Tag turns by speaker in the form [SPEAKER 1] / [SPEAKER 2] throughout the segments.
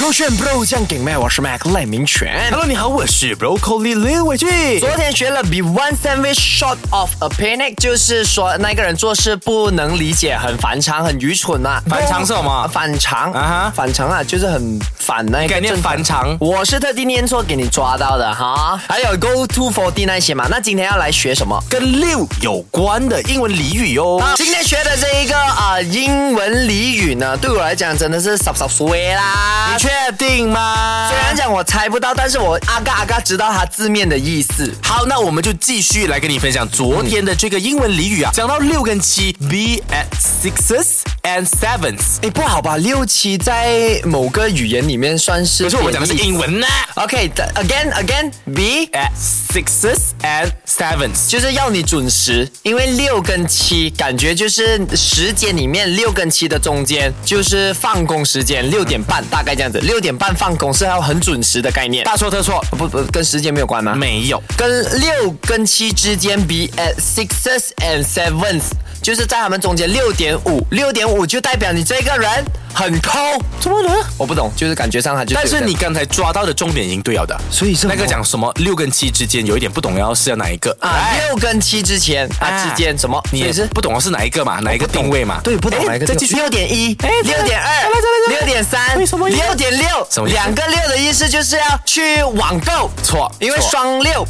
[SPEAKER 1] 勾选 bro 酱给麦，我是 Mac 赖明全。
[SPEAKER 2] Hello，你好，我是 Broccoli 刘伟俊。
[SPEAKER 1] 昨天学了 be one sandwich short of a panic，就是说那个人做事不能理解，很反常，很愚蠢啊。
[SPEAKER 3] 反常是什么
[SPEAKER 1] 反常
[SPEAKER 3] 啊
[SPEAKER 1] 啊
[SPEAKER 3] 哈
[SPEAKER 1] 反常啊，就是很反那个
[SPEAKER 3] 概念
[SPEAKER 1] 正
[SPEAKER 3] 反常
[SPEAKER 1] 我是特地念错给你抓到的哈。还有 go to forty 那些嘛，那今天要来学什么？
[SPEAKER 2] 跟六有关的英文俚语哟、
[SPEAKER 3] 啊
[SPEAKER 1] 好今天学的这一个啊、呃英文俚语呢，对我来讲真的是少少衰啦
[SPEAKER 3] 你。啊确定吗？
[SPEAKER 1] 虽然讲我猜不到，但是我阿嘎阿嘎知道它字面的意思。
[SPEAKER 3] 好，那我们就继续来跟你分享昨天的这个英文俚语啊，讲到六跟七，be at sixes and sevens，
[SPEAKER 1] 哎，不好吧？六七在某个语言里面算是，
[SPEAKER 3] 可是我们讲的是英。文呢、
[SPEAKER 1] OK，的 again again B
[SPEAKER 3] at sixes and sevens。
[SPEAKER 1] 就是要你准时，因为六跟七感觉就是时间里面六跟七的中间就是放工时间，六点半大概这样子，六点半放工是要很准时的概念。
[SPEAKER 3] 大错特错，
[SPEAKER 1] 不不跟时间没有关 吗？
[SPEAKER 3] 没有。
[SPEAKER 1] 跟六跟七之间比，at sixes and sevens，就是在他们中间六点五，六点五就代表你这个人很抠，
[SPEAKER 3] 怎么了？
[SPEAKER 1] 我不懂，就是感觉上他就是有
[SPEAKER 3] 但
[SPEAKER 1] 点。
[SPEAKER 3] 是你刚才抓到的重点已经对了的，
[SPEAKER 1] 所以是
[SPEAKER 3] 那个
[SPEAKER 1] 我
[SPEAKER 3] 讲什么六跟七之间有一点不懂要是要哪一个
[SPEAKER 1] 啊，六跟七之前啊
[SPEAKER 3] 啊
[SPEAKER 1] 之间什么？
[SPEAKER 3] 你
[SPEAKER 1] 所
[SPEAKER 3] 也
[SPEAKER 1] 以
[SPEAKER 3] 是不懂是哪一个嘛，哪一个定位嘛？
[SPEAKER 1] 对，不懂
[SPEAKER 3] 哎
[SPEAKER 1] 哪一个
[SPEAKER 3] 再继
[SPEAKER 1] 地方。
[SPEAKER 3] 续
[SPEAKER 1] 六点一
[SPEAKER 3] 哎，这
[SPEAKER 1] 六
[SPEAKER 3] 个
[SPEAKER 1] 点
[SPEAKER 3] 再
[SPEAKER 1] 二
[SPEAKER 3] 来再来再，来
[SPEAKER 1] 六点三，
[SPEAKER 3] 为什么要
[SPEAKER 1] 六点
[SPEAKER 3] 什
[SPEAKER 1] 六，
[SPEAKER 3] 么意思
[SPEAKER 1] 两个六的意思就是要去网购，
[SPEAKER 3] 错
[SPEAKER 1] 因为
[SPEAKER 3] 错
[SPEAKER 1] 双 六，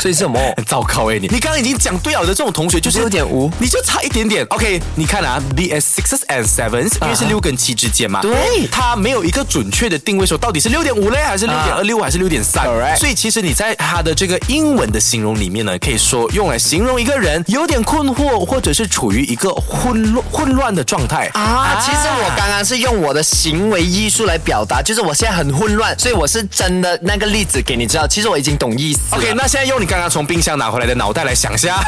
[SPEAKER 1] 所以是什么？
[SPEAKER 3] 很糟糕
[SPEAKER 1] 欸
[SPEAKER 3] 哎、你！你刚刚已经讲对了的这种同学就是
[SPEAKER 1] 6.5
[SPEAKER 3] 你就差一点点。OK，你看啊，B S sixes and sevens，因为是六跟七之间嘛，
[SPEAKER 1] 啊对
[SPEAKER 3] 它没有一个准确的定位说到底是六点五嘞，还是六点二六，还是六点三
[SPEAKER 1] 啊 Correct。
[SPEAKER 3] 所以其实你在它的这个英文的形容里面呢，可以说用来形容一个人有点困惑，或者是处于一个混乱混乱的状态
[SPEAKER 1] 啊，其实我刚刚是用我的行为艺术来表达，就是我现在很混乱，所以我是真的那个例子给你知道。其实我已经懂意思了。
[SPEAKER 3] OK，那现在用你刚刚从冰箱拿回来的脑袋来想一 下。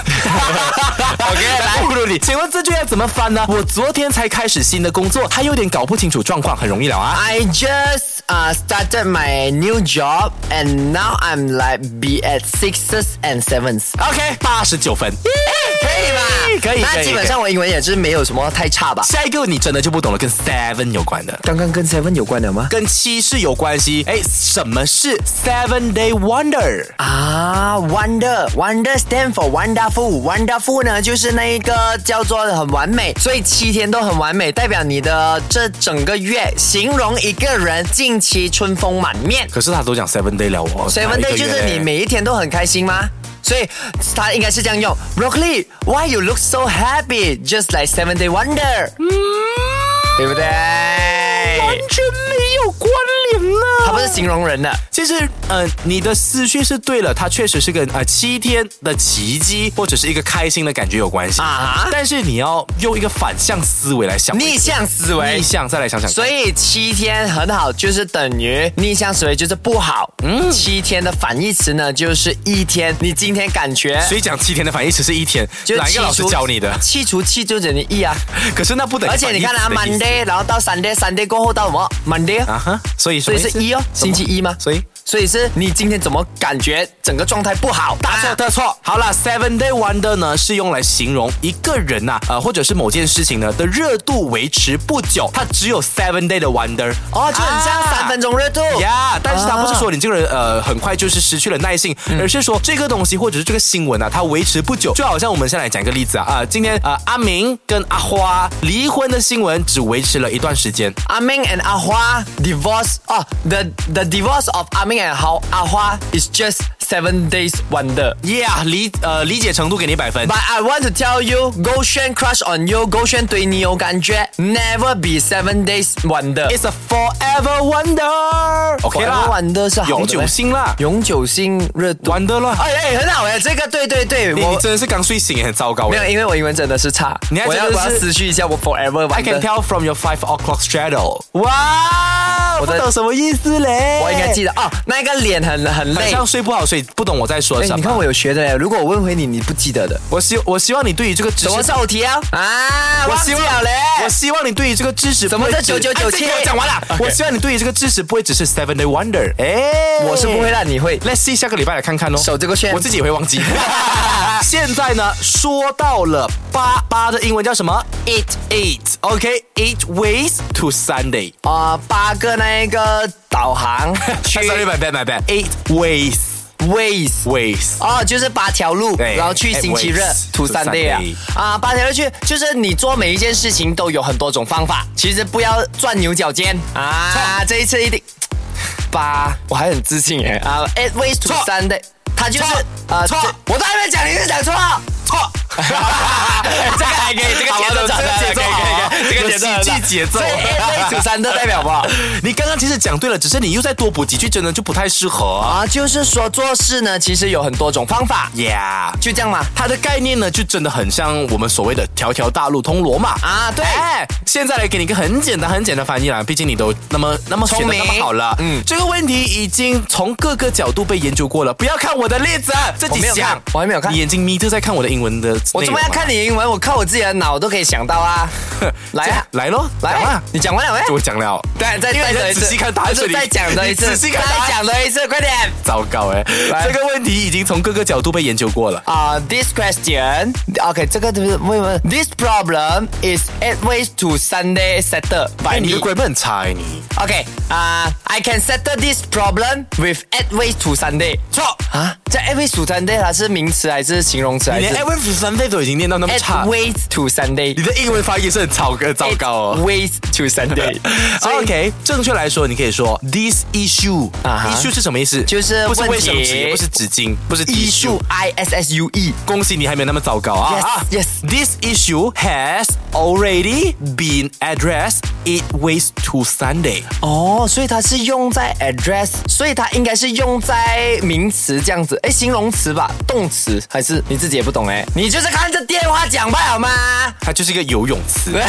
[SPEAKER 3] OK，来，不如你，请问这句要怎么翻呢？我昨天才开始新的工作，还有点搞不清楚状况，很容易了啊。
[SPEAKER 1] I just uh, started my new job and now I'm like be at sixes and sevens，
[SPEAKER 3] OK，八十九分。
[SPEAKER 1] 可以吧？
[SPEAKER 3] 可以可
[SPEAKER 1] 那
[SPEAKER 3] 以
[SPEAKER 1] 基本上我英文也是没有什么太差吧。
[SPEAKER 3] 下一个你真的就不懂了，跟 seven 有关的。
[SPEAKER 1] 刚刚跟 seven 有关的吗？
[SPEAKER 3] 跟七是有关系，哎，什么是 Seven Day Wonder？
[SPEAKER 1] 啊，wonder wonder stand for wonderful wonderful 呢，就是那一个叫做很完美，所以七天都很完美，代表你的这整个月，形容一个人近期春风满面。
[SPEAKER 3] 可是他都讲 Seven Day 了哦
[SPEAKER 1] seven
[SPEAKER 3] 哪
[SPEAKER 1] day
[SPEAKER 3] 一个
[SPEAKER 1] 就是
[SPEAKER 3] 月
[SPEAKER 1] 你每一天都很开心吗？所以他应该是这样用，Broccoli，why you look so happy，just like seven day wonder，、对不对？
[SPEAKER 3] 嗯完全没有关联啊。
[SPEAKER 1] 嗯他不是形容人的。
[SPEAKER 3] 其实，呃，你的思绪是对了，它确实是跟呃七天的奇迹或者是一个开心的感觉有关系
[SPEAKER 1] 啊哈
[SPEAKER 3] 但是你要用一个反向思维来想，
[SPEAKER 1] 逆向思维
[SPEAKER 3] 逆向再来想想看，
[SPEAKER 1] 所以七天很好，就是等于逆向思维就是不好。嗯，七天的反义词呢，就是一天。你今天感觉
[SPEAKER 3] 所以讲七天的反义词是一天，
[SPEAKER 1] 就是
[SPEAKER 3] 哪一个老师
[SPEAKER 1] 七除
[SPEAKER 3] 教你 的？
[SPEAKER 1] 七除七就等于 一啊。
[SPEAKER 3] 可是那不等于
[SPEAKER 1] 而且你看啊
[SPEAKER 3] 反义词的意思
[SPEAKER 1] ，Monday，然后到 Sunday，Sunday 过后到什么？Monday
[SPEAKER 3] 啊
[SPEAKER 1] 啊。
[SPEAKER 3] 哈，所以什
[SPEAKER 1] 所
[SPEAKER 3] 么
[SPEAKER 1] 以
[SPEAKER 3] 意思
[SPEAKER 1] 是一哦，
[SPEAKER 3] 什
[SPEAKER 1] 星
[SPEAKER 3] 么
[SPEAKER 1] 期一吗？
[SPEAKER 3] 所以
[SPEAKER 1] 所以是你今天怎么感觉整个状态不好？啊
[SPEAKER 3] 大错特错。好了，Seven Day Wonder 呢是用来形容一个人呐、呃，或者是某件事情呢的热度维持不久，它只有 Seven Day 的 Wonder。
[SPEAKER 1] 哦，就很像
[SPEAKER 3] 啊
[SPEAKER 1] 三分钟热度。
[SPEAKER 3] 呀但是他不是
[SPEAKER 1] 哦啊嗯
[SPEAKER 3] 说你这个人呃很快就是失去了耐性，而是说这个东西或者是这个新闻啊，它维持不久。就好像我们先来讲一个例子啊，啊、今天呃阿明跟阿花离婚的新闻只维持了一段时间。
[SPEAKER 1] 阿明 and 阿花 divorce 哦、the the divorce of 阿明 and 阿阿花 is just seven days wonder。
[SPEAKER 3] Yeah，理呃理解程度给你一百分。
[SPEAKER 1] But I want to tell you，勾炫 crush on you，勾炫对你有感觉，never be seven days wonder。
[SPEAKER 3] It's a forever wonder。OK 啦
[SPEAKER 1] wonder 是好的
[SPEAKER 3] 永久性啦
[SPEAKER 1] 永久性热度。
[SPEAKER 3] ，wonder 啦。
[SPEAKER 1] 哎哎，很好哎，eh, 这个对对对，
[SPEAKER 3] 你
[SPEAKER 1] 我
[SPEAKER 3] 你真的是刚睡醒也很糟糕
[SPEAKER 1] 没有，
[SPEAKER 3] 耶。
[SPEAKER 1] 因为我英文真的是差，
[SPEAKER 3] 你还
[SPEAKER 1] 我要
[SPEAKER 3] 真
[SPEAKER 1] 我
[SPEAKER 3] 的是
[SPEAKER 1] 要思绪一下，我 forever
[SPEAKER 3] I can
[SPEAKER 1] wonder。
[SPEAKER 3] tell from your five o'clock shadow。
[SPEAKER 1] 哇
[SPEAKER 3] 不
[SPEAKER 1] 我的
[SPEAKER 3] 懂什么意思嘞。
[SPEAKER 1] 我应该记得哦，那个脸很很
[SPEAKER 3] 晚
[SPEAKER 1] 累。
[SPEAKER 3] 上睡不好，所以不懂我在说
[SPEAKER 1] 哎
[SPEAKER 3] 什，么。
[SPEAKER 1] 你看我有学的嘞。如果我问回你，你不记得的，
[SPEAKER 3] 我希我希望你对于这个知
[SPEAKER 1] 什么
[SPEAKER 3] 识，
[SPEAKER 1] 是 OT 啊？啊，
[SPEAKER 3] 我
[SPEAKER 1] 忘记
[SPEAKER 3] 希望
[SPEAKER 1] 了嘞。
[SPEAKER 3] 我希望你对于这个知识不
[SPEAKER 1] 怎
[SPEAKER 3] 会
[SPEAKER 1] 么
[SPEAKER 3] 只，
[SPEAKER 1] 这9997
[SPEAKER 3] 哎这个我讲完了。我希望你对于这个知识不会只是 Seven Day Wonder。哎，
[SPEAKER 1] 我是不会让你会
[SPEAKER 3] Let's see，下个礼拜来看看哦。
[SPEAKER 1] 守这个圈
[SPEAKER 3] 我自己也会 忘记。现在呢，说到了八八的英文叫什么
[SPEAKER 1] it
[SPEAKER 3] ？Eight，OK，Eight ways to Sunday。
[SPEAKER 1] 啊，八个那一个导 航去
[SPEAKER 3] Sorry，my bad，my bad，Eight ways，ways。
[SPEAKER 1] ways。哦，就是八条路，
[SPEAKER 3] 对哎
[SPEAKER 1] 然后去星期日
[SPEAKER 3] Ways
[SPEAKER 1] to
[SPEAKER 3] to
[SPEAKER 1] Sunday 啊
[SPEAKER 3] Sunday
[SPEAKER 1] 啊，八条路去，就是你做每一件事情都有很多种方法，其实不要钻牛角尖啊。这一次一定八，我还很自信耶啊，eight ways to
[SPEAKER 3] 错
[SPEAKER 1] Sunday，他就是
[SPEAKER 3] 错
[SPEAKER 1] 呃
[SPEAKER 3] 错
[SPEAKER 1] 这我都还没讲，你是讲错。
[SPEAKER 3] 错。
[SPEAKER 1] 这个还可以，这个节奏
[SPEAKER 3] 好
[SPEAKER 1] 掌
[SPEAKER 3] 的这
[SPEAKER 1] 握
[SPEAKER 3] 个节奏
[SPEAKER 1] 可以
[SPEAKER 3] 好
[SPEAKER 1] 可以可以这个节奏
[SPEAKER 3] 有戏剧节奏
[SPEAKER 1] 所以 eight ways to Sunday 代表不好。
[SPEAKER 3] 你刚刚其实讲对了，只是你又再多补几句，真的就不太适合。
[SPEAKER 1] 啊，就是说做事呢，其实有很多种方法，
[SPEAKER 3] Yeah，
[SPEAKER 1] 就这样嘛。
[SPEAKER 3] 它的概念呢，就真的很像我们所谓的“条条大路通罗马”
[SPEAKER 1] 啊对
[SPEAKER 3] 哎，现在来给你一个很简单、很简单的翻译啦，毕竟你都那么那么学
[SPEAKER 1] 聪
[SPEAKER 3] 的
[SPEAKER 1] 明
[SPEAKER 3] 那么好了。嗯
[SPEAKER 1] 嗯，
[SPEAKER 3] 这个问题已经从各个角度被研究过了，不要看我的例子，啊自己
[SPEAKER 1] 我没有
[SPEAKER 3] 想
[SPEAKER 1] 看。我还没有看
[SPEAKER 3] 你眼睛眯着在看我的英文的内容吗。
[SPEAKER 1] 我怎么要看你英文？我靠我自己的脑都可以想到 啊！来啊，
[SPEAKER 3] 来咯，
[SPEAKER 1] 来
[SPEAKER 3] 讲啊
[SPEAKER 1] 啊！，你讲完了没？
[SPEAKER 3] 我讲了。
[SPEAKER 1] 对，再
[SPEAKER 3] 因为
[SPEAKER 1] 再
[SPEAKER 3] 你在
[SPEAKER 1] 走一次，
[SPEAKER 3] 仔细看答案
[SPEAKER 1] 不是
[SPEAKER 3] 这里
[SPEAKER 1] 再讲多一次，
[SPEAKER 3] 你仔细看答案
[SPEAKER 1] 再讲多一次，快点！
[SPEAKER 3] 糟糕哎、
[SPEAKER 1] 来
[SPEAKER 3] 这个问题已经从各个角度被研究过了。
[SPEAKER 1] 啊、t h i s question, OK，这个就是问问，This problem is eight ways to Sunday settle
[SPEAKER 3] 哎，
[SPEAKER 1] by
[SPEAKER 3] 你的
[SPEAKER 1] me.
[SPEAKER 3] 鬼本差哎你。
[SPEAKER 1] OK，啊、i can settle this problem with eight ways to Sunday.
[SPEAKER 3] 错，
[SPEAKER 1] 啊，这 eight ways to Sunday 它是名词还是形容词
[SPEAKER 3] 你
[SPEAKER 1] 还是
[SPEAKER 3] 连 Evan 三倍都已经念到那么差
[SPEAKER 1] eight，ways to Sunday？
[SPEAKER 3] 你的英文发音也是很糟糕糟糕哦。。
[SPEAKER 1] Ways to Sunday 啊 所以
[SPEAKER 3] OK，正确来说，你可以说 this issue。
[SPEAKER 1] 啊哈
[SPEAKER 3] issue 是什么意思？
[SPEAKER 1] 就是
[SPEAKER 3] 不是
[SPEAKER 1] 问
[SPEAKER 3] 卫生纸，
[SPEAKER 1] 题
[SPEAKER 3] 也不是纸巾，不是
[SPEAKER 1] 艺
[SPEAKER 3] tissue
[SPEAKER 1] 术 I S S U E。
[SPEAKER 3] 恭喜你还没有那么糟糕啊
[SPEAKER 1] Yes，
[SPEAKER 3] 啊
[SPEAKER 1] yes
[SPEAKER 3] This issue has already been addressed. It waits to Sunday.
[SPEAKER 1] 哦，所以它是用在 address，所以它应该是用在名词这样子，哎，形容词吧，动词还是你自己也不懂哎，你就是看着电话讲吧， 好吗？
[SPEAKER 3] 它就是一个游泳词。
[SPEAKER 1] 啊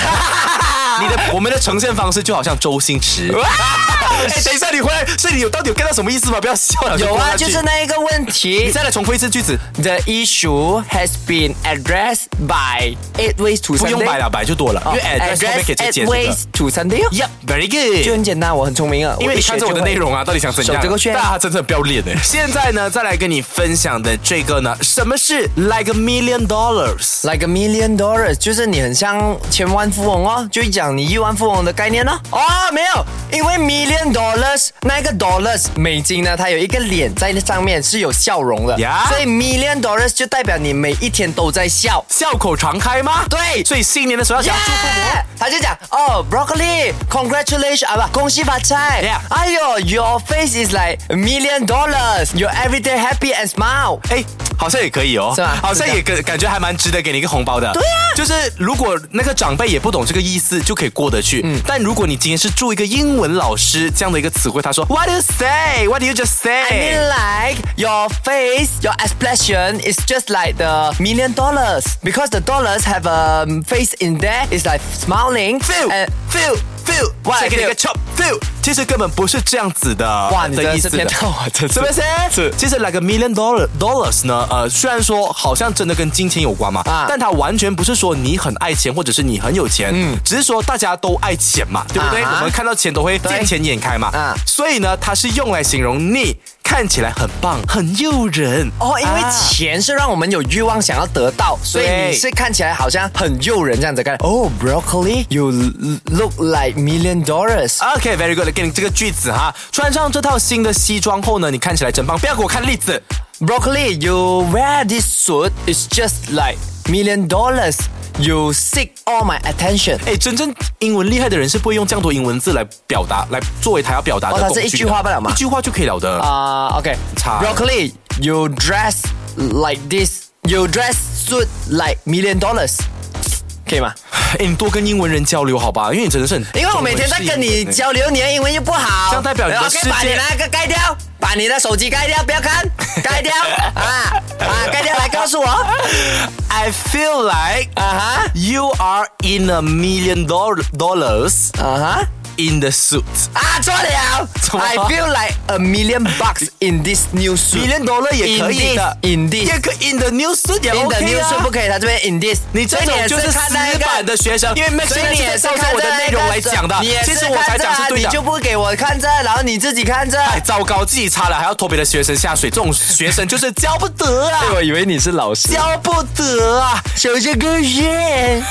[SPEAKER 3] 你的我们的呈现方式就好像周星 驰。哎，等一下，你回来，所以你有到底有 get 到什么意思吗？不要笑了。
[SPEAKER 1] 有啊，就是
[SPEAKER 3] 那。
[SPEAKER 1] 那一个问
[SPEAKER 3] 你
[SPEAKER 1] 题。
[SPEAKER 3] 再来重复一次句子，
[SPEAKER 1] The issue has been addressed by eight ways to Sunday。
[SPEAKER 3] 不用摆了，摆就多了，因
[SPEAKER 1] 哦
[SPEAKER 3] 为 address 后面可以直
[SPEAKER 1] address
[SPEAKER 3] 接
[SPEAKER 1] eight
[SPEAKER 3] 解释的
[SPEAKER 1] ways。to Sunday 哦
[SPEAKER 3] Yep, very
[SPEAKER 1] 就
[SPEAKER 3] good。
[SPEAKER 1] 很简单，我很聪明啊，
[SPEAKER 3] 因为你看着我的内容啊，到底想怎样？
[SPEAKER 1] 守这个圈
[SPEAKER 3] 大家真的很不要脸哎！现在呢，再来跟你分享的这个呢，什么是 like a million dollars？
[SPEAKER 1] Like a million dollars，就是你很像千万富翁哦，就讲你亿万富翁的概念呢、哦。没有，因为 million dollars 那个 dollars 美金呢，它有一个脸在那上面是有笑容的
[SPEAKER 3] Yeah
[SPEAKER 1] 所以 million dollars 就代表你每一天都在笑。
[SPEAKER 3] 笑口常开吗？
[SPEAKER 1] 对
[SPEAKER 3] 所以新年的时候要
[SPEAKER 1] 耶
[SPEAKER 3] 讲祝福我。！
[SPEAKER 1] 他就讲哦，broccoli，congratulations 啊不，恭喜发财。
[SPEAKER 3] Yeah
[SPEAKER 1] 哎呦，your face is like a million dollars，you're every day happy and smile。
[SPEAKER 3] 哎，好像也可以哦，
[SPEAKER 1] 是吧
[SPEAKER 3] 好像也感感觉还蛮值得给你一个红包的。对啊，就是如果那个长辈也不懂这个意思，就可以过得去。嗯，但如果你今天是祝一个英文老师这样的一个词汇，他说 What do you say? What do you just
[SPEAKER 1] I
[SPEAKER 3] say?
[SPEAKER 1] mean, like your face, your expression is just like the million dollars because the dollars have a um, face in there. It's like smiling.
[SPEAKER 3] feel
[SPEAKER 1] and-
[SPEAKER 3] feel feel，
[SPEAKER 1] What
[SPEAKER 3] 再给你一个
[SPEAKER 1] Uh, feel？
[SPEAKER 3] chop feel，其实根本不是这样子的，
[SPEAKER 1] 哇，你真
[SPEAKER 3] 的
[SPEAKER 1] 的
[SPEAKER 3] 意
[SPEAKER 1] 是
[SPEAKER 3] 思
[SPEAKER 1] 骗
[SPEAKER 3] 的。
[SPEAKER 1] 到我，真
[SPEAKER 3] 是不是？是，其实 like a million dollar dollars 呢，呃，虽然说好像真的跟金钱有关嘛，
[SPEAKER 1] 啊
[SPEAKER 3] 但它完全不是说你很爱钱或者是你很有钱，嗯，只是说大家都爱钱嘛，对不对？
[SPEAKER 1] 啊哈
[SPEAKER 3] 我们看到钱都会
[SPEAKER 1] 对
[SPEAKER 3] 见钱眼开嘛，
[SPEAKER 1] 啊
[SPEAKER 3] 所以呢，它是用来形容你看起来很棒、很诱人
[SPEAKER 1] 哦，因为
[SPEAKER 3] 啊
[SPEAKER 1] 钱是让我们有欲望想要得到，所以
[SPEAKER 3] 对
[SPEAKER 1] 你是看起来好像很诱人这样子看。哦，broccoli，you look like million dollars。
[SPEAKER 3] OK，very、good，给你这个句子哈。穿上这套新的西装后呢，你看起来真棒。不要给我看例子，
[SPEAKER 1] Broccoli, you wear this suit is just like million dollars. You seek all my attention.
[SPEAKER 3] 哎，真正英文厉害的人是不会用这样多英文字来表达，来作为他要表达的
[SPEAKER 1] 哦
[SPEAKER 3] 工
[SPEAKER 1] 他
[SPEAKER 3] 具
[SPEAKER 1] 是
[SPEAKER 3] 的、
[SPEAKER 1] 一句话罢了嘛
[SPEAKER 3] 一句话就可以了的。
[SPEAKER 1] 啊、o k
[SPEAKER 3] 差
[SPEAKER 1] Broccoli, you dress like this. You dress suit like million dollars. 可以吗？
[SPEAKER 3] 哎、你多跟英文人交流好吧，因为你真的是很，
[SPEAKER 1] 因为我每天在跟你
[SPEAKER 3] 交。
[SPEAKER 1] 交流，你的英文又不好，哎
[SPEAKER 3] 这样代表你的
[SPEAKER 1] OK，
[SPEAKER 3] 世界
[SPEAKER 1] 把你那个盖掉，把你的手机盖掉，不要看，盖掉 啊啊，盖掉来告诉我
[SPEAKER 3] I feel like
[SPEAKER 1] 啊哈
[SPEAKER 3] you are in a million dollar dollars.
[SPEAKER 1] 啊哈
[SPEAKER 3] in the suit。
[SPEAKER 1] 啊，错了
[SPEAKER 3] 怎么
[SPEAKER 1] ，I feel like a million bucks in this new suit。
[SPEAKER 3] million dollar 也可以的
[SPEAKER 1] In this- in this
[SPEAKER 3] 也可 in the new suit 也
[SPEAKER 1] in the
[SPEAKER 3] OK
[SPEAKER 1] new
[SPEAKER 3] 啊
[SPEAKER 1] suit 不可以，他这边 in this。
[SPEAKER 3] 你这种
[SPEAKER 1] 所以也
[SPEAKER 3] 就是
[SPEAKER 1] 看
[SPEAKER 3] 死
[SPEAKER 1] 那一个
[SPEAKER 3] 板的学生，因为 Max
[SPEAKER 1] 所以
[SPEAKER 3] 你
[SPEAKER 1] 你
[SPEAKER 3] 也
[SPEAKER 1] 也
[SPEAKER 3] 是
[SPEAKER 1] 是
[SPEAKER 3] 照着
[SPEAKER 1] 看
[SPEAKER 3] 我的
[SPEAKER 1] 这
[SPEAKER 3] 内
[SPEAKER 1] 一个
[SPEAKER 3] 容来讲的
[SPEAKER 1] 你也，是
[SPEAKER 3] 其实我才
[SPEAKER 1] 看这
[SPEAKER 3] 讲是
[SPEAKER 1] 啊
[SPEAKER 3] 对
[SPEAKER 1] 你就
[SPEAKER 3] 的。
[SPEAKER 1] 不给我看这，然后你自己看这。
[SPEAKER 3] 太哎 糟糕，自己擦了还要拖别的学生下水，这种学生就是教不得啊，
[SPEAKER 1] 以为你是老师
[SPEAKER 3] 教不得啊！
[SPEAKER 1] 小这个月。